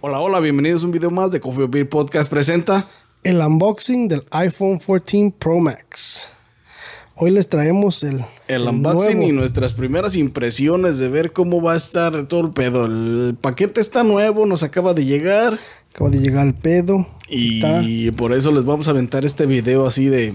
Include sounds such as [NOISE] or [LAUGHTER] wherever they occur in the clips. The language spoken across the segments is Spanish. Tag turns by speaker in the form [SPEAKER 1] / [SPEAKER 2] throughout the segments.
[SPEAKER 1] Hola, hola, bienvenidos a un video más de Coffee or Beer Podcast presenta.
[SPEAKER 2] El unboxing del iPhone 14 Pro Max. Hoy les traemos el,
[SPEAKER 1] El unboxing
[SPEAKER 2] nuevo.
[SPEAKER 1] y nuestras primeras impresiones de ver cómo va a estar todo el pedo. El paquete está nuevo, nos acaba de llegar
[SPEAKER 2] Acaba de llegar el pedo. Está-
[SPEAKER 1] y por eso les vamos a aventar este video así de...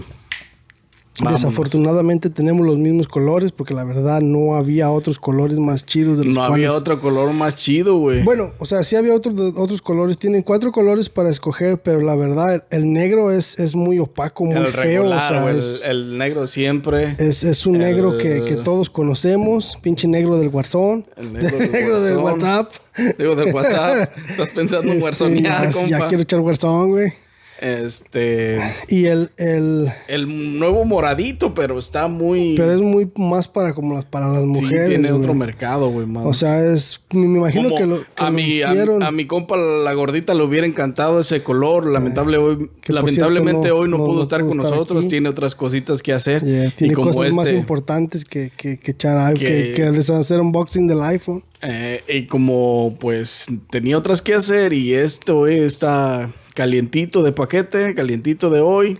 [SPEAKER 1] Vámonos.
[SPEAKER 2] Desafortunadamente tenemos los mismos colores porque la verdad no había otros colores más chidos de los
[SPEAKER 1] No había
[SPEAKER 2] cuales-
[SPEAKER 1] otro color más chido, güey.
[SPEAKER 2] Bueno, o sea, sí había otros otros colores. Tienen cuatro colores para escoger, pero la verdad el, el negro es, es muy opaco, muy
[SPEAKER 1] el
[SPEAKER 2] feo.
[SPEAKER 1] regular,
[SPEAKER 2] o sea,
[SPEAKER 1] güey, el-
[SPEAKER 2] es,
[SPEAKER 1] el, negro
[SPEAKER 2] [LAUGHS]
[SPEAKER 1] siempre.
[SPEAKER 2] es- es un
[SPEAKER 1] el-
[SPEAKER 2] negro que, que todos conocemos. Pinche negro del Guarzón.
[SPEAKER 1] El negro
[SPEAKER 2] [LAUGHS]
[SPEAKER 1] del
[SPEAKER 2] del
[SPEAKER 1] Guarzón.
[SPEAKER 2] WhatsApp.
[SPEAKER 1] Digo, del WhatsApp. Estás pensando en
[SPEAKER 2] Este,
[SPEAKER 1] guarzonear,
[SPEAKER 2] ya-
[SPEAKER 1] compa.
[SPEAKER 2] ya quiero echar Guarzón, güey.
[SPEAKER 1] Este...
[SPEAKER 2] Y el, el
[SPEAKER 1] El nuevo moradito, pero está muy...
[SPEAKER 2] pero es muy más para como las para las
[SPEAKER 1] Sí,
[SPEAKER 2] mujeres.
[SPEAKER 1] tiene otro
[SPEAKER 2] güey.
[SPEAKER 1] mercado, güey, más.
[SPEAKER 2] O sea, es me me imagino
[SPEAKER 1] Como
[SPEAKER 2] que lo, que
[SPEAKER 1] a,
[SPEAKER 2] lo
[SPEAKER 1] mi, a mi-
[SPEAKER 2] hicieron.
[SPEAKER 1] a mi compa la gordita le hubiera encantado ese color. Lamentable hoy,
[SPEAKER 2] que por
[SPEAKER 1] lamentablemente
[SPEAKER 2] cierto, no-
[SPEAKER 1] hoy no,
[SPEAKER 2] no-
[SPEAKER 1] pudo
[SPEAKER 2] no
[SPEAKER 1] estar
[SPEAKER 2] pudo
[SPEAKER 1] con
[SPEAKER 2] estar
[SPEAKER 1] nosotros.
[SPEAKER 2] aquí.
[SPEAKER 1] Tiene otras cositas que hacer.
[SPEAKER 2] Yeah,
[SPEAKER 1] y
[SPEAKER 2] tiene
[SPEAKER 1] como
[SPEAKER 2] cosas más
[SPEAKER 1] este,
[SPEAKER 2] importantes que, que, que echar a-
[SPEAKER 1] que-
[SPEAKER 2] que, que deshacer unboxing del iPhone.
[SPEAKER 1] eh, y como pues tenía otras que hacer y esto eh, está calientito de paquete, calientito de hoy.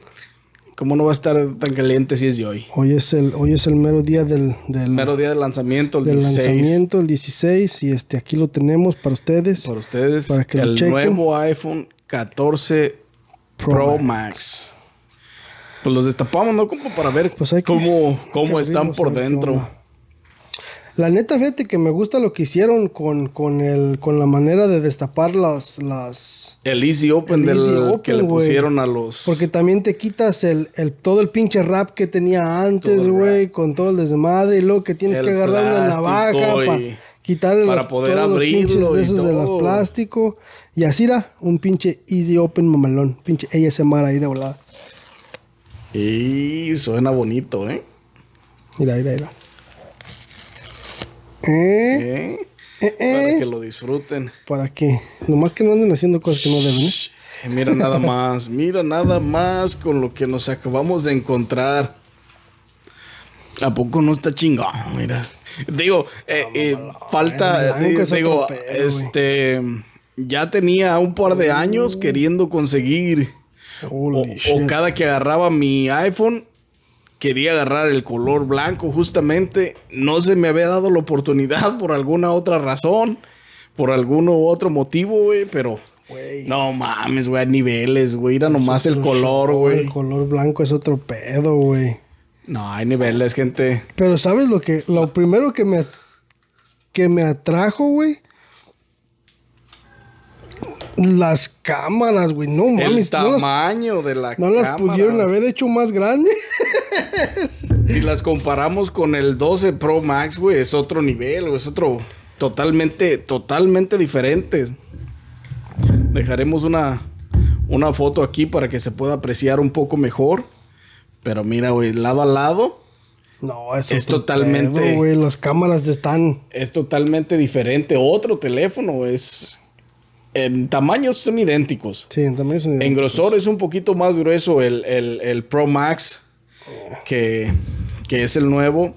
[SPEAKER 1] ¿Cómo no va a estar tan caliente si es de hoy?
[SPEAKER 2] Hoy es el, hoy es el mero día del, del,
[SPEAKER 1] Mero día de lanzamiento, el
[SPEAKER 2] Mm. del
[SPEAKER 1] 16.
[SPEAKER 2] lanzamiento, el 16, y este aquí lo tenemos para ustedes.
[SPEAKER 1] Para ustedes,
[SPEAKER 2] Para que lo
[SPEAKER 1] el
[SPEAKER 2] chequen.
[SPEAKER 1] nuevo iPhone 14 Pro,
[SPEAKER 2] Pro
[SPEAKER 1] Max. Pues los destapamos, ¿no? Como para ver
[SPEAKER 2] Pues hay que-
[SPEAKER 1] cómo, cómo
[SPEAKER 2] que
[SPEAKER 1] están
[SPEAKER 2] abrirlos,
[SPEAKER 1] por
[SPEAKER 2] a ver qué
[SPEAKER 1] dentro.
[SPEAKER 2] onda. La neta, fíjate que me gusta lo que hicieron con, con, el, con la manera de destapar las, las,
[SPEAKER 1] El Easy Open
[SPEAKER 2] El
[SPEAKER 1] del
[SPEAKER 2] Easy Open,
[SPEAKER 1] que le
[SPEAKER 2] güey.
[SPEAKER 1] pusieron a los.
[SPEAKER 2] Porque también te quitas el, el- todo el pinche rap que tenía
[SPEAKER 1] Todo
[SPEAKER 2] antes,
[SPEAKER 1] el
[SPEAKER 2] güey, con todo el desmadre y luego que tienes
[SPEAKER 1] El
[SPEAKER 2] que agarrar una
[SPEAKER 1] plástico
[SPEAKER 2] navaja para
[SPEAKER 1] y-
[SPEAKER 2] quitarle
[SPEAKER 1] para
[SPEAKER 2] los-
[SPEAKER 1] poder
[SPEAKER 2] todos los
[SPEAKER 1] abrirlo
[SPEAKER 2] pinches de
[SPEAKER 1] y
[SPEAKER 2] esos de los
[SPEAKER 1] todo.
[SPEAKER 2] plástico y así era un pinche easy open mamalón, pinche ASMR ahí de volada.
[SPEAKER 1] Y suena bonito, ¿eh?
[SPEAKER 2] Mira, mira, mira. ¿Eh?
[SPEAKER 1] ¿Eh?
[SPEAKER 2] ¿Eh?
[SPEAKER 1] Para
[SPEAKER 2] ¿Eh?
[SPEAKER 1] que lo disfruten.
[SPEAKER 2] ¿Para qué? Nomás que no anden haciendo cosas que no deben, ¿eh?
[SPEAKER 1] Eh, Mira
[SPEAKER 2] [LAUGHS]
[SPEAKER 1] nada más, mira nada más con lo que nos acabamos de encontrar. ¿A poco no está chingón? Mira. Diego, eh, eh,
[SPEAKER 2] el
[SPEAKER 1] falta,
[SPEAKER 2] blanco
[SPEAKER 1] eh,
[SPEAKER 2] es otro
[SPEAKER 1] digo,
[SPEAKER 2] pedo, güey. Uh.
[SPEAKER 1] este, ya tenía un par de años queriendo conseguir, o,
[SPEAKER 2] Holy
[SPEAKER 1] o
[SPEAKER 2] shit.
[SPEAKER 1] cada que agarraba mi iPhone, quería agarrar el color blanco justamente, no se me había dado la oportunidad por alguna otra razón, por alguno otro motivo, güey, pero...
[SPEAKER 2] Güey,
[SPEAKER 1] No mames, güey, a niveles, güey. Era nomás el color,
[SPEAKER 2] El
[SPEAKER 1] güey.
[SPEAKER 2] color blanco es otro pedo, güey.
[SPEAKER 1] No, hay niveles, gente.
[SPEAKER 2] Pero sabes lo que, lo primero que me, que me atrajo, güey. Las cámaras, güey. No
[SPEAKER 1] El
[SPEAKER 2] mames, no las,
[SPEAKER 1] tamaño de la
[SPEAKER 2] no las
[SPEAKER 1] cámara.
[SPEAKER 2] pudieron haber hecho más grandes.
[SPEAKER 1] Si las comparamos con el 12 Pro Max, güey, es otro nivel, güey. Es otro totalmente, totalmente diferente. Dejaremos una, una foto aquí para que se pueda apreciar un poco mejor. Pero mira, güey, lado a lado
[SPEAKER 2] [LAUGHS] No, es,
[SPEAKER 1] Es
[SPEAKER 2] otro
[SPEAKER 1] totalmente-
[SPEAKER 2] pedo, güey. Las cámaras están.
[SPEAKER 1] es totalmente diferente. Otro teléfono es... En tamaños son idénticos.
[SPEAKER 2] Sí, en tamaño son
[SPEAKER 1] En
[SPEAKER 2] idénticos.
[SPEAKER 1] grosor es un poquito más grueso el, el- el Pro Max que, que es el nuevo.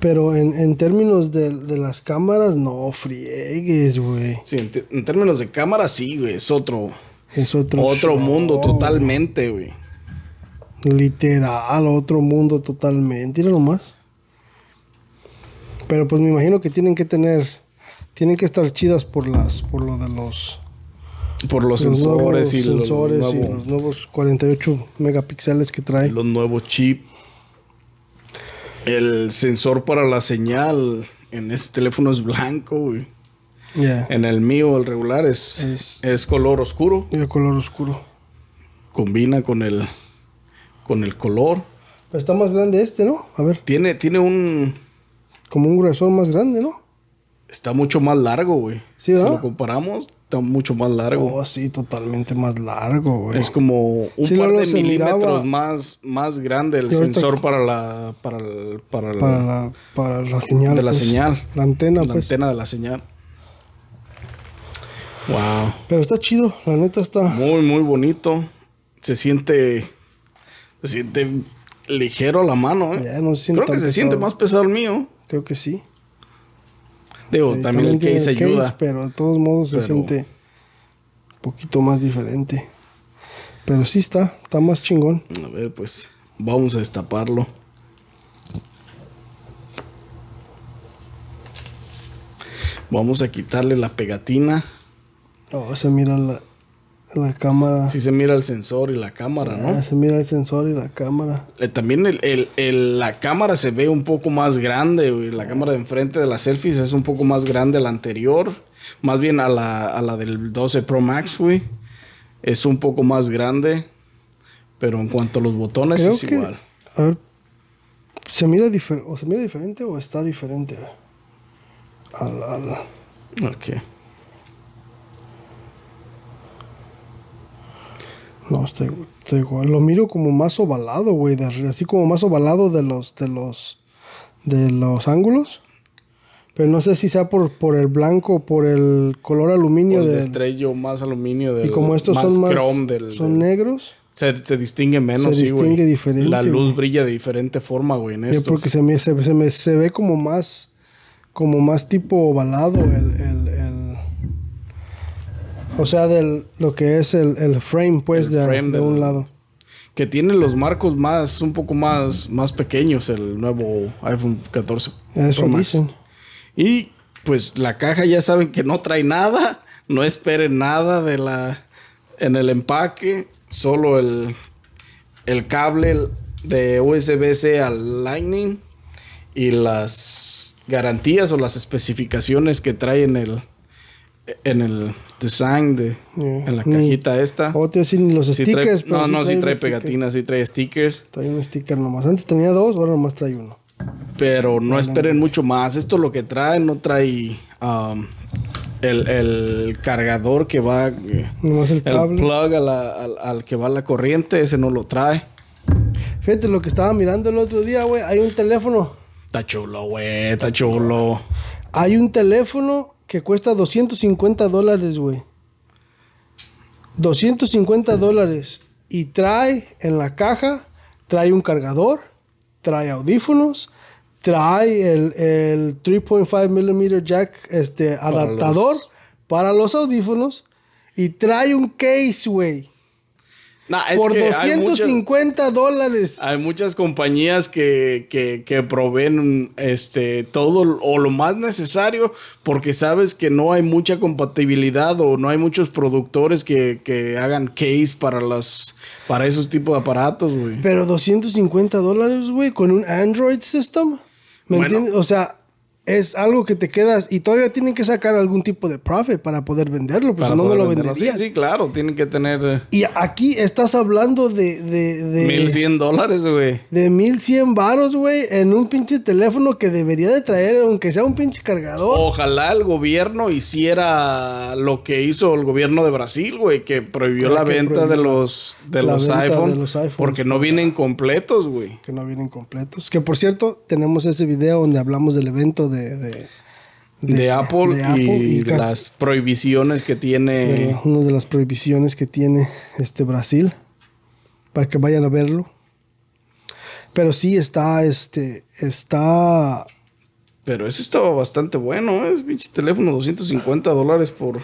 [SPEAKER 2] Pero en, en términos de, de las cámaras, no friegues, güey.
[SPEAKER 1] Sí, en, te- en términos de cámara, sí, güey. Es otro,
[SPEAKER 2] Es otro.
[SPEAKER 1] otro
[SPEAKER 2] show,
[SPEAKER 1] mundo totalmente, güey.
[SPEAKER 2] Literal, otro mundo totalmente. Mira nomás. Pero pues me imagino que tienen que tener. Tienen que estar chidas por las. Por lo de los.
[SPEAKER 1] Por los,
[SPEAKER 2] los
[SPEAKER 1] sensores
[SPEAKER 2] nuevos
[SPEAKER 1] y los,
[SPEAKER 2] sensores y
[SPEAKER 1] nuevo-
[SPEAKER 2] los nuevos 48 megapíxeles que trae.
[SPEAKER 1] los nuevos chip. El sensor para la señal en este teléfono es blanco, güey.
[SPEAKER 2] Ya.
[SPEAKER 1] En el mío, el regular, es,
[SPEAKER 2] Es-
[SPEAKER 1] es color oscuro.
[SPEAKER 2] Y el color oscuro.
[SPEAKER 1] Combina con el, con el color.
[SPEAKER 2] Pero está más grande este, ¿no? A ver.
[SPEAKER 1] Tiene, tiene un...
[SPEAKER 2] Como un gruesor más grande, ¿no?
[SPEAKER 1] Está mucho más largo, güey.
[SPEAKER 2] Sí,
[SPEAKER 1] si
[SPEAKER 2] ¿verdad?
[SPEAKER 1] lo comparamos, está mucho más largo.
[SPEAKER 2] Oh, sí, totalmente más largo, güey.
[SPEAKER 1] es como un
[SPEAKER 2] Sí,
[SPEAKER 1] par
[SPEAKER 2] luego
[SPEAKER 1] de
[SPEAKER 2] se miraba-
[SPEAKER 1] milímetros más, más grande el
[SPEAKER 2] Y ahorita-
[SPEAKER 1] sensor para la, para el- para la-
[SPEAKER 2] Para la, para la señal.
[SPEAKER 1] De la
[SPEAKER 2] pues.
[SPEAKER 1] señal.
[SPEAKER 2] La antena,
[SPEAKER 1] la
[SPEAKER 2] pues.
[SPEAKER 1] antena de la señal. Wow.
[SPEAKER 2] Pero está chido, la neta está.
[SPEAKER 1] Muy, muy bonito. Se siente. Se siente ligero la mano, eh.
[SPEAKER 2] Ya, no se siente
[SPEAKER 1] Creo que
[SPEAKER 2] tan
[SPEAKER 1] se siente
[SPEAKER 2] pesado.
[SPEAKER 1] más pesado el mío.
[SPEAKER 2] Creo que sí.
[SPEAKER 1] Digo,
[SPEAKER 2] Eh,
[SPEAKER 1] también, el
[SPEAKER 2] tiene
[SPEAKER 1] case ayuda.
[SPEAKER 2] pero de todos modos se
[SPEAKER 1] Pero-
[SPEAKER 2] siente un poquito más diferente. Pero sí está, está más chingón.
[SPEAKER 1] A ver, pues vamos a destaparlo. Vamos a quitarle la pegatina.
[SPEAKER 2] Oh, se mira la, la cámara.
[SPEAKER 1] Si se mira el sensor y la cámara,
[SPEAKER 2] Ah,
[SPEAKER 1] ¿no?
[SPEAKER 2] se mira el sensor y la cámara.
[SPEAKER 1] Eh, También el- el- el- la cámara se ve un poco más grande, güey. La cámara de enfrente de las selfies es un poco más grande a la anterior. Más bien a la, a la del 12 Pro Max, güey. Es un poco más grande. Pero en cuanto a los botones
[SPEAKER 2] Creo
[SPEAKER 1] es
[SPEAKER 2] que.
[SPEAKER 1] igual.
[SPEAKER 2] A ver. ¿se mira, difer- o ¿Se mira diferente o está diferente? Al- al-
[SPEAKER 1] Ok.
[SPEAKER 2] no, está, está igual. Lo miro como más ovalado, güey. de arriba, Así como más ovalado de los, de los, de los ángulos. Pero no sé si sea por, por el blanco, por el color aluminio
[SPEAKER 1] el
[SPEAKER 2] de,
[SPEAKER 1] destello más aluminio del
[SPEAKER 2] y como estos
[SPEAKER 1] más
[SPEAKER 2] son más
[SPEAKER 1] chrome del,
[SPEAKER 2] son
[SPEAKER 1] del-
[SPEAKER 2] negros,
[SPEAKER 1] se, se distingue menos
[SPEAKER 2] se
[SPEAKER 1] sí, güey.
[SPEAKER 2] distingue diferente,
[SPEAKER 1] la luz
[SPEAKER 2] güey.
[SPEAKER 1] brilla de diferente forma güey en
[SPEAKER 2] es
[SPEAKER 1] estos
[SPEAKER 2] porque se me, se, se me- se ve como más como más tipo ovalado el, el- el- o sea del lo que es el, el frame pues
[SPEAKER 1] El
[SPEAKER 2] de,
[SPEAKER 1] frame
[SPEAKER 2] de
[SPEAKER 1] del-
[SPEAKER 2] un lado.
[SPEAKER 1] que tiene los marcos más un poco más más pequeños el nuevo iPhone 14
[SPEAKER 2] Eso
[SPEAKER 1] Pro Max.
[SPEAKER 2] dicen.
[SPEAKER 1] y pues la caja ya saben que no trae nada no esperen nada de la en el empaque solo el el cable de USB-C al Lightning y las garantías o las especificaciones que trae en el en el design de
[SPEAKER 2] Yeah.
[SPEAKER 1] en la
[SPEAKER 2] Eh, Ni- Oh,
[SPEAKER 1] cajita esta.
[SPEAKER 2] O te sin los
[SPEAKER 1] Sí trae-
[SPEAKER 2] stickers. pero
[SPEAKER 1] no, no, sí
[SPEAKER 2] un
[SPEAKER 1] trae
[SPEAKER 2] sticker.
[SPEAKER 1] pegatinas, sí trae stickers,
[SPEAKER 2] Trae un sticker nomás. Antes tenía dos, ahora nomás trae uno.
[SPEAKER 1] pero no esperen mucho más. Esto es lo que trae, no trae um, el, el cargador que va eh,
[SPEAKER 2] Nomás el
[SPEAKER 1] el
[SPEAKER 2] cable.
[SPEAKER 1] plug a la- al, al que va la corriente, ese no lo trae.
[SPEAKER 2] Fíjate lo que estaba mirando el otro día, güey. Hay un teléfono.
[SPEAKER 1] Está chulo, güey, está chulo.
[SPEAKER 2] Hay un teléfono que cuesta 250 dólares, güey. 250 dólares. Y trae en la caja, trae un cargador, trae audífonos, trae el, el 3.5 mm jack este, adaptador
[SPEAKER 1] los-
[SPEAKER 2] para los audífonos y trae un case, güey.
[SPEAKER 1] Nah, es
[SPEAKER 2] Por
[SPEAKER 1] que hay muchas-
[SPEAKER 2] 250 dólares.
[SPEAKER 1] Hay muchas compañías que, que, que proveen este, todo l- o lo más necesario porque sabes que no hay mucha compatibilidad o no hay muchos productores que, que hagan case para, las, para esos tipos de aparatos, güey.
[SPEAKER 2] Pero 250 dólares, güey, con un Android system. ¿Me
[SPEAKER 1] Bueno.
[SPEAKER 2] entiendes? O sea, es algo que te quedas y todavía tienen que sacar algún tipo de profit para poder venderlo,
[SPEAKER 1] Para
[SPEAKER 2] pues si no, no
[SPEAKER 1] poder
[SPEAKER 2] lo
[SPEAKER 1] venderlo. Sí,
[SPEAKER 2] venderías.
[SPEAKER 1] Sí, claro, tienen que tener eh,
[SPEAKER 2] Y aquí estás hablando de, de, de,
[SPEAKER 1] 1100 dólares, güey.
[SPEAKER 2] de 1100 baros, güey, en un pinche teléfono que debería de traer, aunque sea un pinche cargador.
[SPEAKER 1] Ojalá el gobierno hiciera lo que hizo el gobierno de Brasil, güey, que prohibió
[SPEAKER 2] Ah,
[SPEAKER 1] la
[SPEAKER 2] que
[SPEAKER 1] venta de
[SPEAKER 2] prohibió la-
[SPEAKER 1] los, de
[SPEAKER 2] la
[SPEAKER 1] los
[SPEAKER 2] venta de
[SPEAKER 1] iPhone
[SPEAKER 2] los iPhones
[SPEAKER 1] porque no
[SPEAKER 2] para-
[SPEAKER 1] vienen completos, güey.
[SPEAKER 2] Que no vienen completos. Que por cierto, tenemos ese video donde hablamos del evento de... de-
[SPEAKER 1] de, Apple
[SPEAKER 2] de Apple
[SPEAKER 1] y,
[SPEAKER 2] y casi-
[SPEAKER 1] las prohibiciones que tiene.
[SPEAKER 2] de Eh, una de las prohibiciones que tiene este Brasil para que vayan a verlo. Pero sí está este está
[SPEAKER 1] Pero eso estaba bastante bueno, ¿eh? es pinche teléfono, 250 dólares por,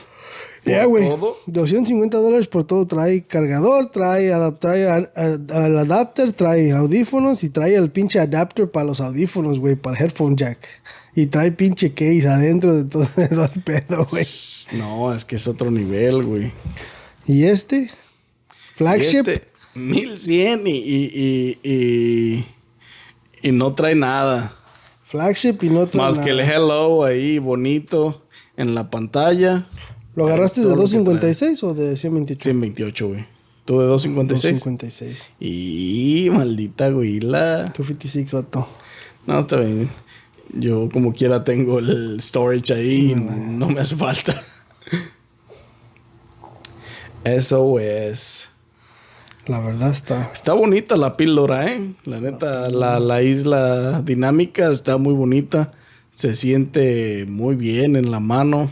[SPEAKER 2] Ya, güey.
[SPEAKER 1] todo.
[SPEAKER 2] 250 dólares por todo. Trae cargador, trae, adap- trae a- a- al adapter, trae audífonos y trae el pinche adapter para los audífonos, güey, para el headphone jack. Y trae pinche case adentro de todo [LAUGHS] eso el pedo, güey.
[SPEAKER 1] No, es que es otro nivel, güey.
[SPEAKER 2] Y este
[SPEAKER 1] Y
[SPEAKER 2] flagship
[SPEAKER 1] Este, 1100 y, y, y, y, y no trae nada.
[SPEAKER 2] flagship y no trae
[SPEAKER 1] Más que el
[SPEAKER 2] nada.
[SPEAKER 1] hello ahí bonito en la pantalla.
[SPEAKER 2] ¿Lo agarraste
[SPEAKER 1] Todo
[SPEAKER 2] de
[SPEAKER 1] lo que trae.
[SPEAKER 2] 256 o de 128?
[SPEAKER 1] 128, güey. Tú de 256.
[SPEAKER 2] 256.
[SPEAKER 1] Y maldita güila.
[SPEAKER 2] 256, vato.
[SPEAKER 1] No, está bien. Yo como quiera tengo el storage ahí y no me hace falta. [LAUGHS] Eso es.
[SPEAKER 2] La verdad está.
[SPEAKER 1] Está bonita la píldora, ¿eh? La neta, la, la isla dinámica está muy bonita. Se siente muy bien en la mano.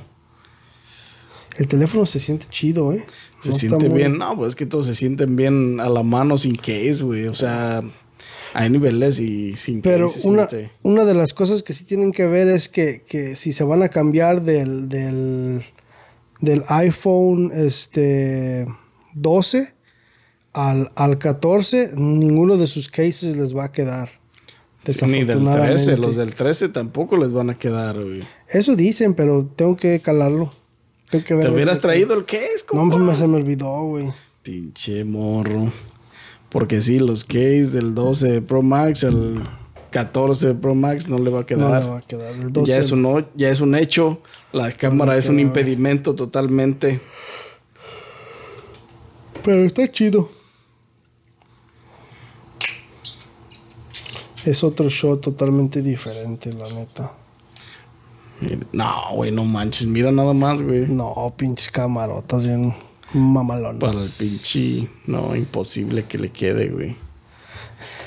[SPEAKER 2] El teléfono se siente chido, ¿eh?
[SPEAKER 1] Se
[SPEAKER 2] No está
[SPEAKER 1] siente
[SPEAKER 2] muy-
[SPEAKER 1] bien. No, pues es que todos se sienten bien a la mano sin case, güey. O sea, Hay niveles y sin
[SPEAKER 2] Pero
[SPEAKER 1] case,
[SPEAKER 2] una,
[SPEAKER 1] sin te-
[SPEAKER 2] una de las cosas que sí tienen que ver es que, que si se van a cambiar del, del, del iPhone este, 12 al, al 14, ninguno de sus cases les va a quedar.
[SPEAKER 1] Sí, ni del 13.
[SPEAKER 2] Desafortunadamente.
[SPEAKER 1] Los del 13 tampoco les van a quedar, güey.
[SPEAKER 2] Eso dicen, pero tengo que calarlo. Tengo que ver
[SPEAKER 1] Te hubieras
[SPEAKER 2] eso.
[SPEAKER 1] traído el case,
[SPEAKER 2] No, pues,
[SPEAKER 1] compa.
[SPEAKER 2] me- se me olvidó, güey.
[SPEAKER 1] Pinche morro. Porque sí, los case del 12 Pro Max al 14 Pro Max no le va a
[SPEAKER 2] No
[SPEAKER 1] quedar.
[SPEAKER 2] me va a quedar. El 12
[SPEAKER 1] ya, es un, ho- ya es un hecho. La cámara es un impedimento totalmente.
[SPEAKER 2] Pero está chido. Es otro show totalmente diferente, la neta.
[SPEAKER 1] No, güey, no manches. Mira nada más, güey.
[SPEAKER 2] No, pinches camarotas bien
[SPEAKER 1] Para
[SPEAKER 2] mamalonas.
[SPEAKER 1] el pinche. No, imposible que le quede, güey.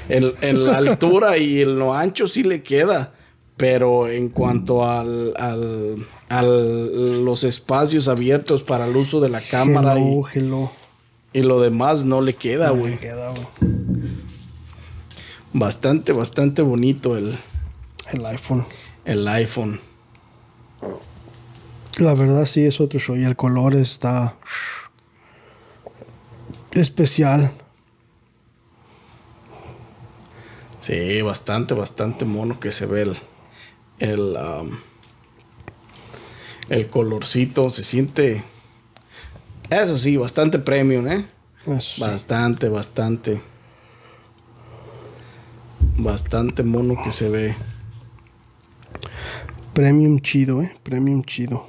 [SPEAKER 1] En, en la altura y en lo ancho sí le queda. Pero en cuanto al, al, al- los espacios abiertos para el uso de la cámara y,
[SPEAKER 2] Hello, hello.
[SPEAKER 1] y lo demás no le queda,
[SPEAKER 2] No
[SPEAKER 1] güey.
[SPEAKER 2] le queda, güey.
[SPEAKER 1] Bastante, bastante bonito el,
[SPEAKER 2] El iPhone.
[SPEAKER 1] el iPhone.
[SPEAKER 2] La verdad sí es otro show y el color está especial.
[SPEAKER 1] Sí, bastante, bastante mono que se ve el. El, am, el colorcito se siente. Eso sí, bastante premium, ¿eh?
[SPEAKER 2] Es-
[SPEAKER 1] Bastante, bastante. Bastante mono que se ve.
[SPEAKER 2] Premium chido, eh. Premium chido.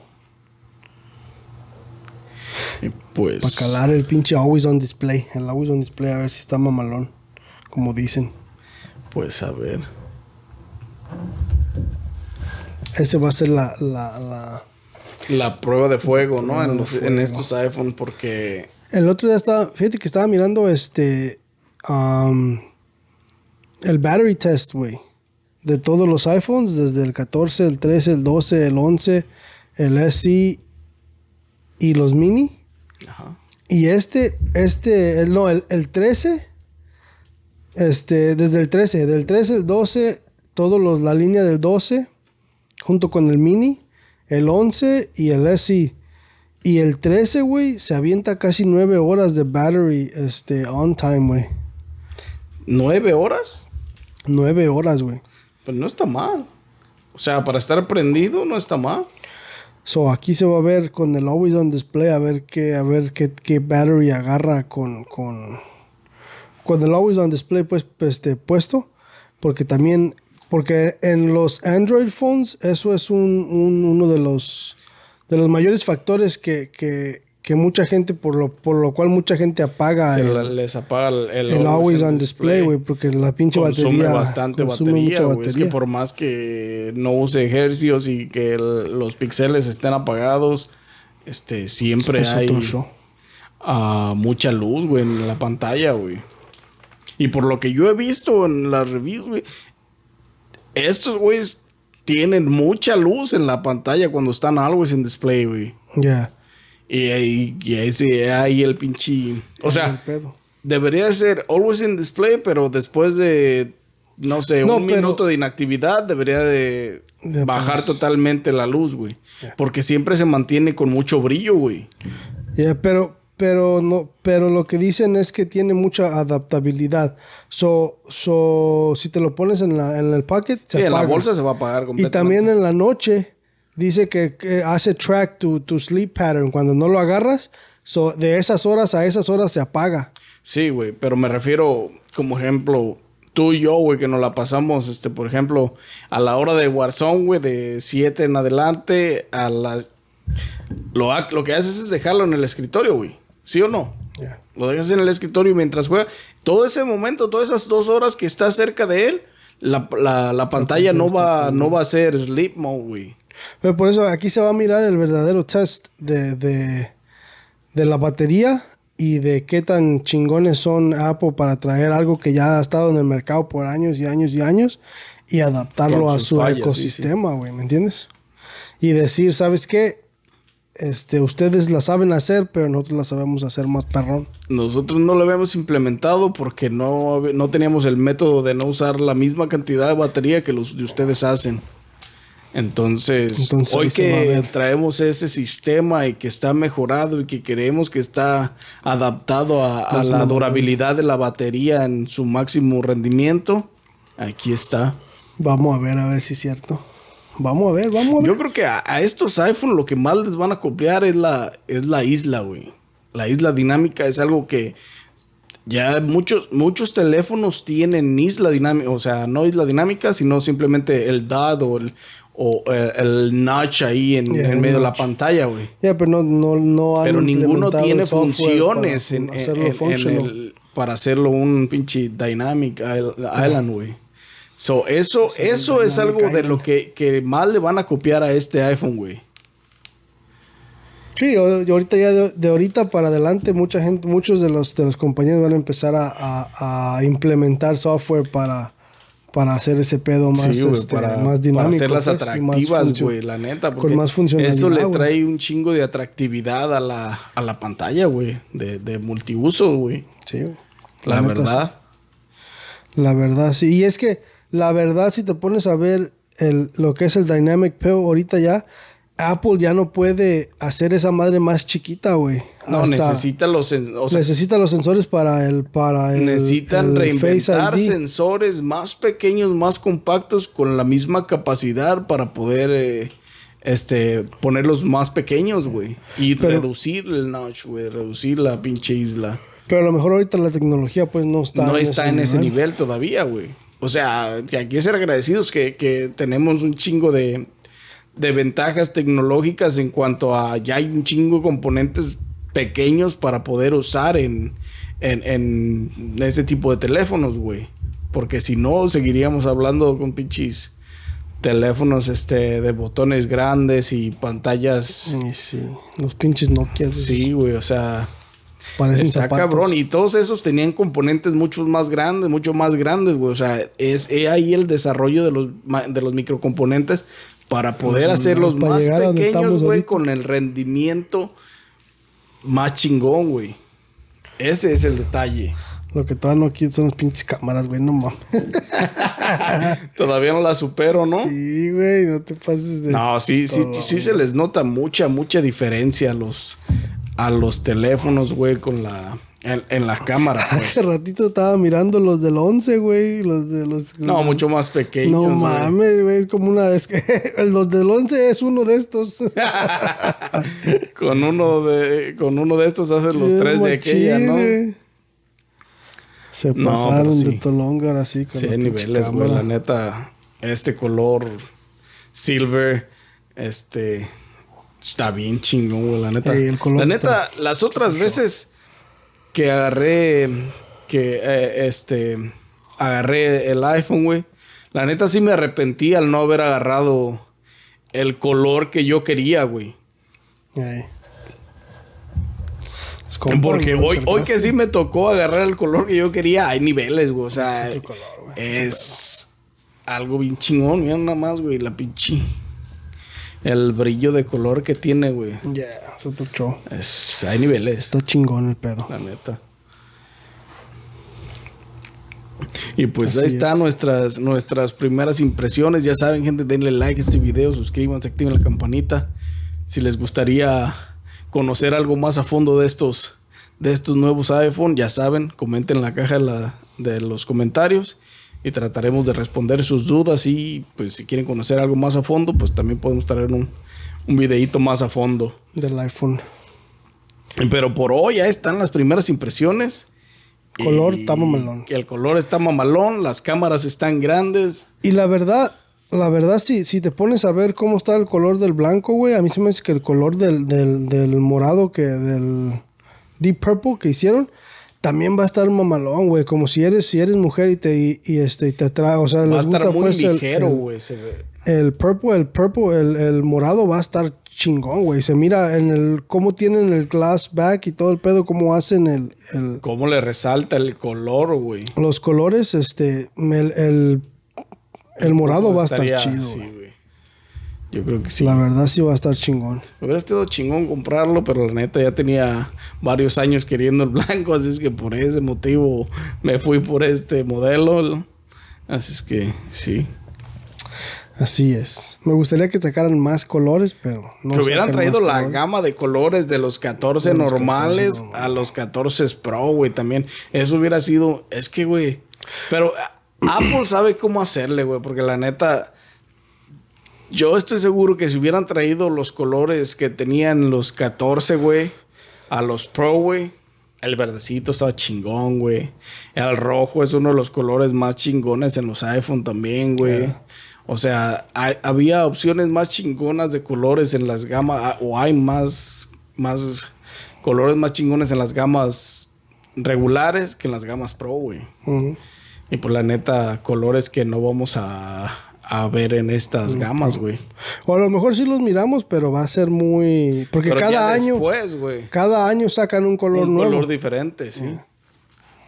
[SPEAKER 1] Y
[SPEAKER 2] Para
[SPEAKER 1] pues.
[SPEAKER 2] calar el pinche Always on Display. El Always on Display, a ver si está mamalón. Como dicen.
[SPEAKER 1] Pues a ver.
[SPEAKER 2] Ese va a ser la. la, la-
[SPEAKER 1] La prueba de fuego, ¿no? En, los- en
[SPEAKER 2] fuego.
[SPEAKER 1] estos iPhone, porque.
[SPEAKER 2] El otro día estaba. Fíjate que estaba mirando este. um, el battery test, güey. De todos los iPhones, desde el 14, el 13, el 12, el 11, el SE y los mini.
[SPEAKER 1] Ajá.
[SPEAKER 2] Y este, este, el- no, el, el 13, este, desde el 13, del 13, el 12, todos los, la línea del 12, junto con el mini, el 11 y el SE. Y el 13, güey, se avienta casi 9 horas de battery, este, on time, güey.
[SPEAKER 1] ¿Nueve horas?
[SPEAKER 2] 9 horas, güey.
[SPEAKER 1] Pues no está mal. O sea, para estar prendido no está mal.
[SPEAKER 2] So, aquí se va a ver con el Always on Display, a ver qué, a ver qué, qué battery agarra con, con, con el Always on Display pues, pues, este, puesto. Porque también, porque en los Android phones, eso es un, un- uno de los, de los mayores factores que, que, que mucha gente, por lo, por lo cual mucha gente apaga
[SPEAKER 1] Se
[SPEAKER 2] el,
[SPEAKER 1] la- les apaga el,
[SPEAKER 2] el Always on Display, güey, porque la pinche
[SPEAKER 1] Consume
[SPEAKER 2] batería.
[SPEAKER 1] bastante
[SPEAKER 2] consume
[SPEAKER 1] batería,
[SPEAKER 2] mucha
[SPEAKER 1] güey. Es que
[SPEAKER 2] batería.
[SPEAKER 1] por más que no use ejercicios y que el- los píxeles estén apagados, este, siempre
[SPEAKER 2] Es
[SPEAKER 1] hay
[SPEAKER 2] otro show.
[SPEAKER 1] ah, mucha luz, güey, en la pantalla, güey. Y por lo que yo he visto en las reviews, güey, estos güeyes tienen mucha luz en la pantalla cuando están always en display, güey.
[SPEAKER 2] Ya.
[SPEAKER 1] Y ahí, y ahí se- ahí el pinche. O sea,
[SPEAKER 2] El pedo.
[SPEAKER 1] Debería ser always in display, pero después de, no sé,
[SPEAKER 2] No,
[SPEAKER 1] un
[SPEAKER 2] pero-
[SPEAKER 1] minuto de inactividad debería de
[SPEAKER 2] De
[SPEAKER 1] bajar
[SPEAKER 2] apagarse.
[SPEAKER 1] totalmente la luz, güey. Porque siempre se mantiene con mucho brillo, güey.
[SPEAKER 2] Ya, pero, pero no, pero lo que dicen es que tiene mucha adaptabilidad. So, so si te lo pones en, la, en el pocket,
[SPEAKER 1] Sí,
[SPEAKER 2] se
[SPEAKER 1] en la
[SPEAKER 2] apaga.
[SPEAKER 1] bolsa se va a apagar
[SPEAKER 2] Y
[SPEAKER 1] completamente.
[SPEAKER 2] también en la noche dice que, que hace track tu, tu sleep pattern cuando no lo agarras. So, de esas horas a esas horas se apaga.
[SPEAKER 1] Sí, güey, pero me refiero, como ejemplo, tú y yo, güey, que nos la pasamos, este, por ejemplo, a la hora de Warzone, güey, de 7 en adelante, a las... Lo, ha- lo que haces es dejarlo en el escritorio, güey. ¿Sí o no?
[SPEAKER 2] Ya.
[SPEAKER 1] Lo dejas en el escritorio y mientras juega. Todo ese momento, todas esas dos horas que estás cerca de él, la, la- la pantalla no va, no va a ser sleep mode, güey.
[SPEAKER 2] Pero por eso aquí se va a mirar el verdadero test de, de, de la batería y de qué tan chingones son Apple para traer algo que ya ha estado en el mercado por años y años y años y adaptarlo
[SPEAKER 1] Con
[SPEAKER 2] a
[SPEAKER 1] sus
[SPEAKER 2] su
[SPEAKER 1] fallas, sí, sí.
[SPEAKER 2] ecosistema, güey, ¿me entiendes? Y decir, ¿sabes qué? este, ustedes la saben hacer, pero nosotros la sabemos hacer más perrón.
[SPEAKER 1] Nosotros no lo habíamos implementado porque no, hab- no teníamos el método de no usar la misma cantidad de batería que los de ustedes hacen. Entonces,
[SPEAKER 2] Entonces,
[SPEAKER 1] hoy
[SPEAKER 2] ahí se va a
[SPEAKER 1] que
[SPEAKER 2] ver.
[SPEAKER 1] traemos ese sistema y que está mejorado y que creemos que está adaptado a, a
[SPEAKER 2] Más
[SPEAKER 1] la
[SPEAKER 2] mamón.
[SPEAKER 1] durabilidad de la batería en su máximo rendimiento, aquí está.
[SPEAKER 2] Vamos a ver, a ver si es cierto. Vamos a ver, vamos a ver.
[SPEAKER 1] Yo creo que a, a estos iPhone lo que más les van a copiar es la, es la isla, güey. La isla dinámica es algo que ya muchos, muchos teléfonos tienen isla dinámica, o sea, no isla dinámica, sino simplemente el dot o el, o, eh, el notch ahí en,
[SPEAKER 2] Yeah,
[SPEAKER 1] en
[SPEAKER 2] el
[SPEAKER 1] medio de la
[SPEAKER 2] notch.
[SPEAKER 1] pantalla, güey.
[SPEAKER 2] Ya, pero no, no, no han
[SPEAKER 1] Pero ninguno
[SPEAKER 2] implementado
[SPEAKER 1] tiene
[SPEAKER 2] el software
[SPEAKER 1] funciones
[SPEAKER 2] para
[SPEAKER 1] en, en-
[SPEAKER 2] hacerlo
[SPEAKER 1] en- en
[SPEAKER 2] functional.
[SPEAKER 1] el- para hacerlo un pinche Dynamic isl- Island, güey. So, eso,
[SPEAKER 2] es un
[SPEAKER 1] eso es algo
[SPEAKER 2] Dynamic
[SPEAKER 1] de lo
[SPEAKER 2] Island.
[SPEAKER 1] que, que más le van a copiar a este iPhone, güey.
[SPEAKER 2] Sí, o- y ahorita ya de, de ahorita para adelante mucha gente, muchos de los de las compañías van a empezar a, a- a implementar software para, para hacer ese pedo más,
[SPEAKER 1] Sí, güey,
[SPEAKER 2] este,
[SPEAKER 1] para,
[SPEAKER 2] más
[SPEAKER 1] para
[SPEAKER 2] dinámico,
[SPEAKER 1] hacerlas
[SPEAKER 2] pues, y más
[SPEAKER 1] atractivas,
[SPEAKER 2] funcio-
[SPEAKER 1] güey, la neta.
[SPEAKER 2] con
[SPEAKER 1] porque
[SPEAKER 2] más funcionalidad,
[SPEAKER 1] Eso le
[SPEAKER 2] güey.
[SPEAKER 1] trae un chingo de atractividad a la, a la pantalla, güey, de, de multiuso, güey.
[SPEAKER 2] Sí, güey.
[SPEAKER 1] La,
[SPEAKER 2] neta,
[SPEAKER 1] verdad.
[SPEAKER 2] sí. La verdad, sí. Y es que la verdad, si te pones a ver el, lo que es el Dynamic Peo ahorita ya, Apple ya no puede hacer esa madre más chiquita, güey.
[SPEAKER 1] No,
[SPEAKER 2] Hasta-
[SPEAKER 1] necesita los... sen- O sea,
[SPEAKER 2] necesita los sensores para el para el,
[SPEAKER 1] necesitan
[SPEAKER 2] el
[SPEAKER 1] reinventar
[SPEAKER 2] Face ID.
[SPEAKER 1] sensores más pequeños, más compactos, con la misma capacidad para poder... eh, este, ponerlos más pequeños, güey. Y
[SPEAKER 2] Pero-
[SPEAKER 1] reducir el notch, güey. Reducir la pinche isla.
[SPEAKER 2] Pero a lo mejor ahorita la tecnología pues no está
[SPEAKER 1] no está en ese nivel todavía, güey. O sea, que hay que ser agradecidos que, que tenemos un chingo de, de ventajas tecnológicas en cuanto a ya hay un chingo de componentes pequeños para poder usar en, en, en este tipo de teléfonos, güey. Porque si no, seguiríamos hablando con pinches teléfonos este, de botones grandes y pantallas.
[SPEAKER 2] Y sí, los pinches Nokia
[SPEAKER 1] Sí, güey, o sea,
[SPEAKER 2] parecen
[SPEAKER 1] Está
[SPEAKER 2] zapatos.
[SPEAKER 1] cabrón. Y todos esos tenían componentes muchos más grandes, mucho más grandes, güey. O sea, es he ahí el desarrollo de los, ma- de los microcomponentes para poder
[SPEAKER 2] Pues,
[SPEAKER 1] hacerlos
[SPEAKER 2] para
[SPEAKER 1] más
[SPEAKER 2] llegar a donde
[SPEAKER 1] pequeños,
[SPEAKER 2] estamos
[SPEAKER 1] güey,
[SPEAKER 2] ahorita.
[SPEAKER 1] con el rendimiento más chingón, güey. Ese es el detalle.
[SPEAKER 2] [LAUGHS] Lo que todavía no quiero son las pinches cámaras, güey, no mames.
[SPEAKER 1] Todavía no la supero, ¿no?
[SPEAKER 2] [LAUGHS] Sí, güey, no te pases de
[SPEAKER 1] No, sí, sí, sí se les nota mucha, mucha diferencia a los, a los teléfonos, güey, con la, en, en la cámara. pues.
[SPEAKER 2] [LAUGHS] [LAUGHS] Hace ratito estaba mirando los del 11, güey, los de los
[SPEAKER 1] No, mucho más pequeños.
[SPEAKER 2] No
[SPEAKER 1] güey.
[SPEAKER 2] mames, güey, es como una es que [LAUGHS] los del 11 es uno
[SPEAKER 1] [LAUGHS]
[SPEAKER 2] de estos.
[SPEAKER 1] Con uno de, con uno de estos haces los
[SPEAKER 2] Bien
[SPEAKER 1] tres de
[SPEAKER 2] machín,
[SPEAKER 1] aquella, ¿no?
[SPEAKER 2] güey. Se
[SPEAKER 1] No,
[SPEAKER 2] pasaron
[SPEAKER 1] pero
[SPEAKER 2] de
[SPEAKER 1] sí.
[SPEAKER 2] Tolongar así con
[SPEAKER 1] Sí,
[SPEAKER 2] la
[SPEAKER 1] hay
[SPEAKER 2] pinche
[SPEAKER 1] niveles, güey.
[SPEAKER 2] cámara.
[SPEAKER 1] La neta, este color silver, este, está bien chingón, güey. La neta,
[SPEAKER 2] Ey, el color
[SPEAKER 1] la neta,
[SPEAKER 2] está-
[SPEAKER 1] las otras veces que agarré, que eh, este, agarré el iPhone, güey. La neta sí me arrepentí al no haber agarrado el color que yo quería, güey.
[SPEAKER 2] Ey. Es como-
[SPEAKER 1] Porque
[SPEAKER 2] bueno,
[SPEAKER 1] hoy, hoy que sí me tocó agarrar el color que yo quería, hay niveles, güey. O sea,
[SPEAKER 2] Es otro color, güey,
[SPEAKER 1] es algo bien chingón. Mira nada más, güey, la pinche. El brillo de color que tiene, güey.
[SPEAKER 2] Yeah, es otro show.
[SPEAKER 1] Es, hay niveles,
[SPEAKER 2] Está chingón el pedo.
[SPEAKER 1] la neta. Y pues ahí
[SPEAKER 2] Así
[SPEAKER 1] están
[SPEAKER 2] es.
[SPEAKER 1] nuestras, nuestras primeras impresiones. Ya saben, gente, denle like a este video, suscríbanse, activen la campanita. Si les gustaría conocer algo más a fondo de estos, de estos nuevos iPhone, ya saben, comenten en la caja de, la- de los comentarios y trataremos de responder sus dudas. Y pues si quieren conocer algo más a fondo, pues también podemos traer un, un videito más a fondo.
[SPEAKER 2] Del iPhone.
[SPEAKER 1] Pero por hoy ya están las primeras impresiones.
[SPEAKER 2] Color
[SPEAKER 1] Y
[SPEAKER 2] está mamalón.
[SPEAKER 1] El color está mamalón, las cámaras están grandes.
[SPEAKER 2] Y la verdad, la verdad, si, si te pones a ver cómo está el color del blanco, güey, a mí se me hace que el color del, del, del morado que del Deep Purple que hicieron. También va a estar mamalón, güey. Como si eres, si eres mujer y te, y, y, este, y te atrae. O sea,
[SPEAKER 1] Va a
[SPEAKER 2] les
[SPEAKER 1] estar
[SPEAKER 2] gusta,
[SPEAKER 1] muy
[SPEAKER 2] pues, el-
[SPEAKER 1] ligero,
[SPEAKER 2] el-
[SPEAKER 1] güey. se ve.
[SPEAKER 2] El purple, el purple, el, el morado va a estar chingón, güey. Se mira en el cómo tienen el glass back y todo el pedo, cómo hacen el, el-
[SPEAKER 1] ¿Cómo le resalta el color, güey?
[SPEAKER 2] los colores, este, el, el, el morado va a estar
[SPEAKER 1] Estaría
[SPEAKER 2] chido.
[SPEAKER 1] así,
[SPEAKER 2] güey.
[SPEAKER 1] güey. Yo creo que sí.
[SPEAKER 2] La verdad sí va a estar chingón.
[SPEAKER 1] Me hubiera estado chingón comprarlo, pero la neta ya tenía varios años queriendo el blanco, así es que por ese motivo me fui por este modelo. Así es que sí.
[SPEAKER 2] Así es. Me gustaría que sacaran más colores, pero no
[SPEAKER 1] que hubieran
[SPEAKER 2] sacan
[SPEAKER 1] traído
[SPEAKER 2] más
[SPEAKER 1] la
[SPEAKER 2] colores.
[SPEAKER 1] gama de colores de los 14
[SPEAKER 2] los 14
[SPEAKER 1] normales a los 14 Pro, güey, también. Eso hubiera sido, es que, güey, pero a- Apple sabe cómo hacerle, güey, porque la neta, yo estoy seguro que si hubieran traído los colores que tenían los 14, güey, a los Pro, güey, el verdecito estaba chingón, güey. El rojo es uno de los colores más chingones en los iPhone también, güey. O sea, hay- había opciones más chingonas de colores en las gamas, ah, o hay más, más colores más chingones en las gamas regulares que en las gamas Pro, güey.
[SPEAKER 2] Ujú.
[SPEAKER 1] Y por la neta, colores que no vamos a, a ver en estas gamas, güey.
[SPEAKER 2] O a lo mejor sí los miramos, pero va a ser muy... Porque
[SPEAKER 1] Pero
[SPEAKER 2] cada
[SPEAKER 1] ya
[SPEAKER 2] año...
[SPEAKER 1] Después, güey.
[SPEAKER 2] Cada año sacan un color
[SPEAKER 1] Un
[SPEAKER 2] nuevo.
[SPEAKER 1] color diferente, sí.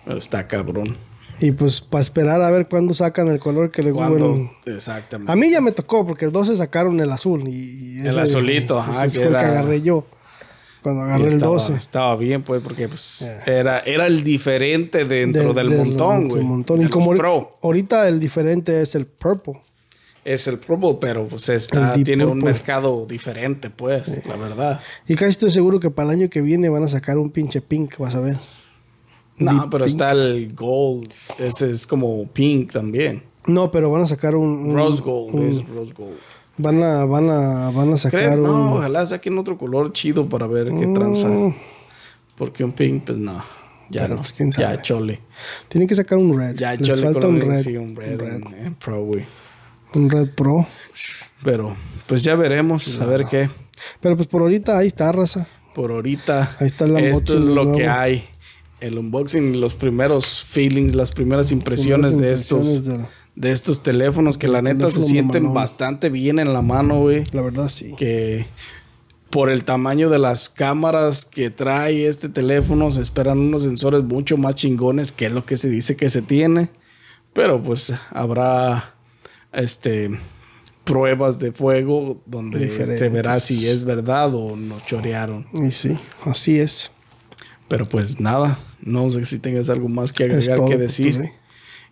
[SPEAKER 1] Pero está cabrón.
[SPEAKER 2] Y pues para esperar a ver cuándo sacan el color que le
[SPEAKER 1] Cuando.
[SPEAKER 2] bueno,
[SPEAKER 1] Exactamente.
[SPEAKER 2] A mí ya me tocó porque el 12 sacaron el azul y, y
[SPEAKER 1] El
[SPEAKER 2] ese-
[SPEAKER 1] azulito,
[SPEAKER 2] ese-
[SPEAKER 1] ajá,
[SPEAKER 2] ese
[SPEAKER 1] que
[SPEAKER 2] fue el que
[SPEAKER 1] era-
[SPEAKER 2] agarré yo cuando
[SPEAKER 1] Y
[SPEAKER 2] agarré el
[SPEAKER 1] estaba,
[SPEAKER 2] 12.
[SPEAKER 1] estaba bien, pues, porque pues, era, era el diferente dentro
[SPEAKER 2] De-
[SPEAKER 1] del
[SPEAKER 2] de-
[SPEAKER 1] montón,
[SPEAKER 2] dentro
[SPEAKER 1] güey.
[SPEAKER 2] del montón. Y
[SPEAKER 1] De
[SPEAKER 2] como
[SPEAKER 1] los
[SPEAKER 2] ahori-
[SPEAKER 1] Pro
[SPEAKER 2] ahorita el diferente es el purple.
[SPEAKER 1] es el Pro, pero pues está,
[SPEAKER 2] El Deep
[SPEAKER 1] tiene un
[SPEAKER 2] Purple.
[SPEAKER 1] mercado diferente, pues, la verdad.
[SPEAKER 2] Y casi estoy seguro que para el año que viene van a sacar un pinche pink, vas a ver.
[SPEAKER 1] No,
[SPEAKER 2] Deep
[SPEAKER 1] pero está el Gold. Ese es como pink también.
[SPEAKER 2] No, pero van a sacar un, un-
[SPEAKER 1] Rose Gold
[SPEAKER 2] un-
[SPEAKER 1] es Rose Gold.
[SPEAKER 2] van a van a van a
[SPEAKER 1] ¿Crees?
[SPEAKER 2] sacar
[SPEAKER 1] No,
[SPEAKER 2] un
[SPEAKER 1] ojalá saquen otro color chido para ver qué
[SPEAKER 2] Mm.
[SPEAKER 1] tranza. Porque un pink, pues no. Ya
[SPEAKER 2] Pero,
[SPEAKER 1] no.
[SPEAKER 2] pues, quién
[SPEAKER 1] Ya
[SPEAKER 2] sabe.
[SPEAKER 1] chole.
[SPEAKER 2] tienen que sacar un red.
[SPEAKER 1] Ya
[SPEAKER 2] Les
[SPEAKER 1] chole
[SPEAKER 2] falta
[SPEAKER 1] con
[SPEAKER 2] un red,
[SPEAKER 1] sí, un red en- en Pro, güey.
[SPEAKER 2] un red pro.
[SPEAKER 1] Pero, pues ya veremos, a ver qué.
[SPEAKER 2] Pero pues por ahorita ahí está raza.
[SPEAKER 1] Por ahorita,
[SPEAKER 2] Ahí está el
[SPEAKER 1] esto es
[SPEAKER 2] unboxing
[SPEAKER 1] lo
[SPEAKER 2] nuevo.
[SPEAKER 1] que hay. El unboxing, los primeros feelings, las primeras impresiones,
[SPEAKER 2] Primeras
[SPEAKER 1] de
[SPEAKER 2] impresiones
[SPEAKER 1] estos.
[SPEAKER 2] de la-
[SPEAKER 1] De estos teléfonos que la neta se
[SPEAKER 2] teléfono
[SPEAKER 1] sienten
[SPEAKER 2] mamalón.
[SPEAKER 1] bastante bien en la mano, güey.
[SPEAKER 2] La verdad sí.
[SPEAKER 1] que por el tamaño de las cámaras que trae este teléfono se esperan unos sensores mucho más chingones que es lo que se dice que se tiene pero pues habrá este pruebas de fuego donde se
[SPEAKER 2] Diferentes.
[SPEAKER 1] verá si es verdad o nos chorearon
[SPEAKER 2] Y sí, así es.
[SPEAKER 1] pero pues nada no sé si tengas algo más que
[SPEAKER 2] Es
[SPEAKER 1] agregar
[SPEAKER 2] todo pues,
[SPEAKER 1] que
[SPEAKER 2] por
[SPEAKER 1] decir
[SPEAKER 2] today.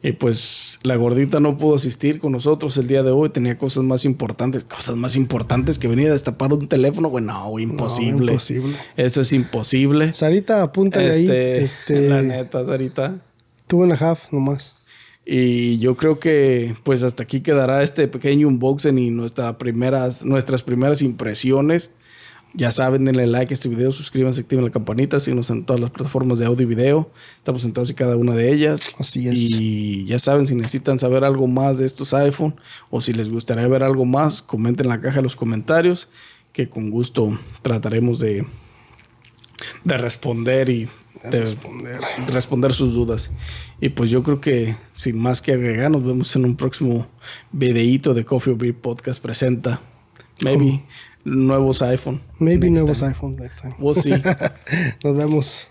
[SPEAKER 1] y pues la gordita no pudo asistir con nosotros el día de hoy. Tenía cosas más importantes. Cosas más importantes que venir a destapar un teléfono. Bueno, no, imposible.
[SPEAKER 2] imposible.
[SPEAKER 1] Eso es imposible.
[SPEAKER 2] Sarita, apúntale
[SPEAKER 1] Este,
[SPEAKER 2] ahí. Este,
[SPEAKER 1] La neta, Sarita.
[SPEAKER 2] Two and a half nomás.
[SPEAKER 1] Y yo creo que pues hasta aquí quedará este pequeño unboxing y nuestra primeras, nuestras primeras impresiones. Ya saben, denle like a este video, suscríbanse, activen la campanita, síguenos en todas las plataformas de audio y video. Estamos en todas y cada una de ellas.
[SPEAKER 2] Así es.
[SPEAKER 1] Y ya saben, si necesitan saber algo más de estos iPhone o si les gustaría ver algo más, comenten en la caja de los comentarios que con gusto trataremos de, de responder y de
[SPEAKER 2] Responder.
[SPEAKER 1] responder sus dudas. Y pues yo creo que sin más que agregar, nos vemos en un próximo videíto de Coffee or Beer Podcast presenta. Maybe nuevos iPhone.
[SPEAKER 2] Maybe
[SPEAKER 1] next
[SPEAKER 2] nuevos
[SPEAKER 1] time.
[SPEAKER 2] iPhones next time.
[SPEAKER 1] We'll see.
[SPEAKER 2] [LAUGHS] Nos vemos.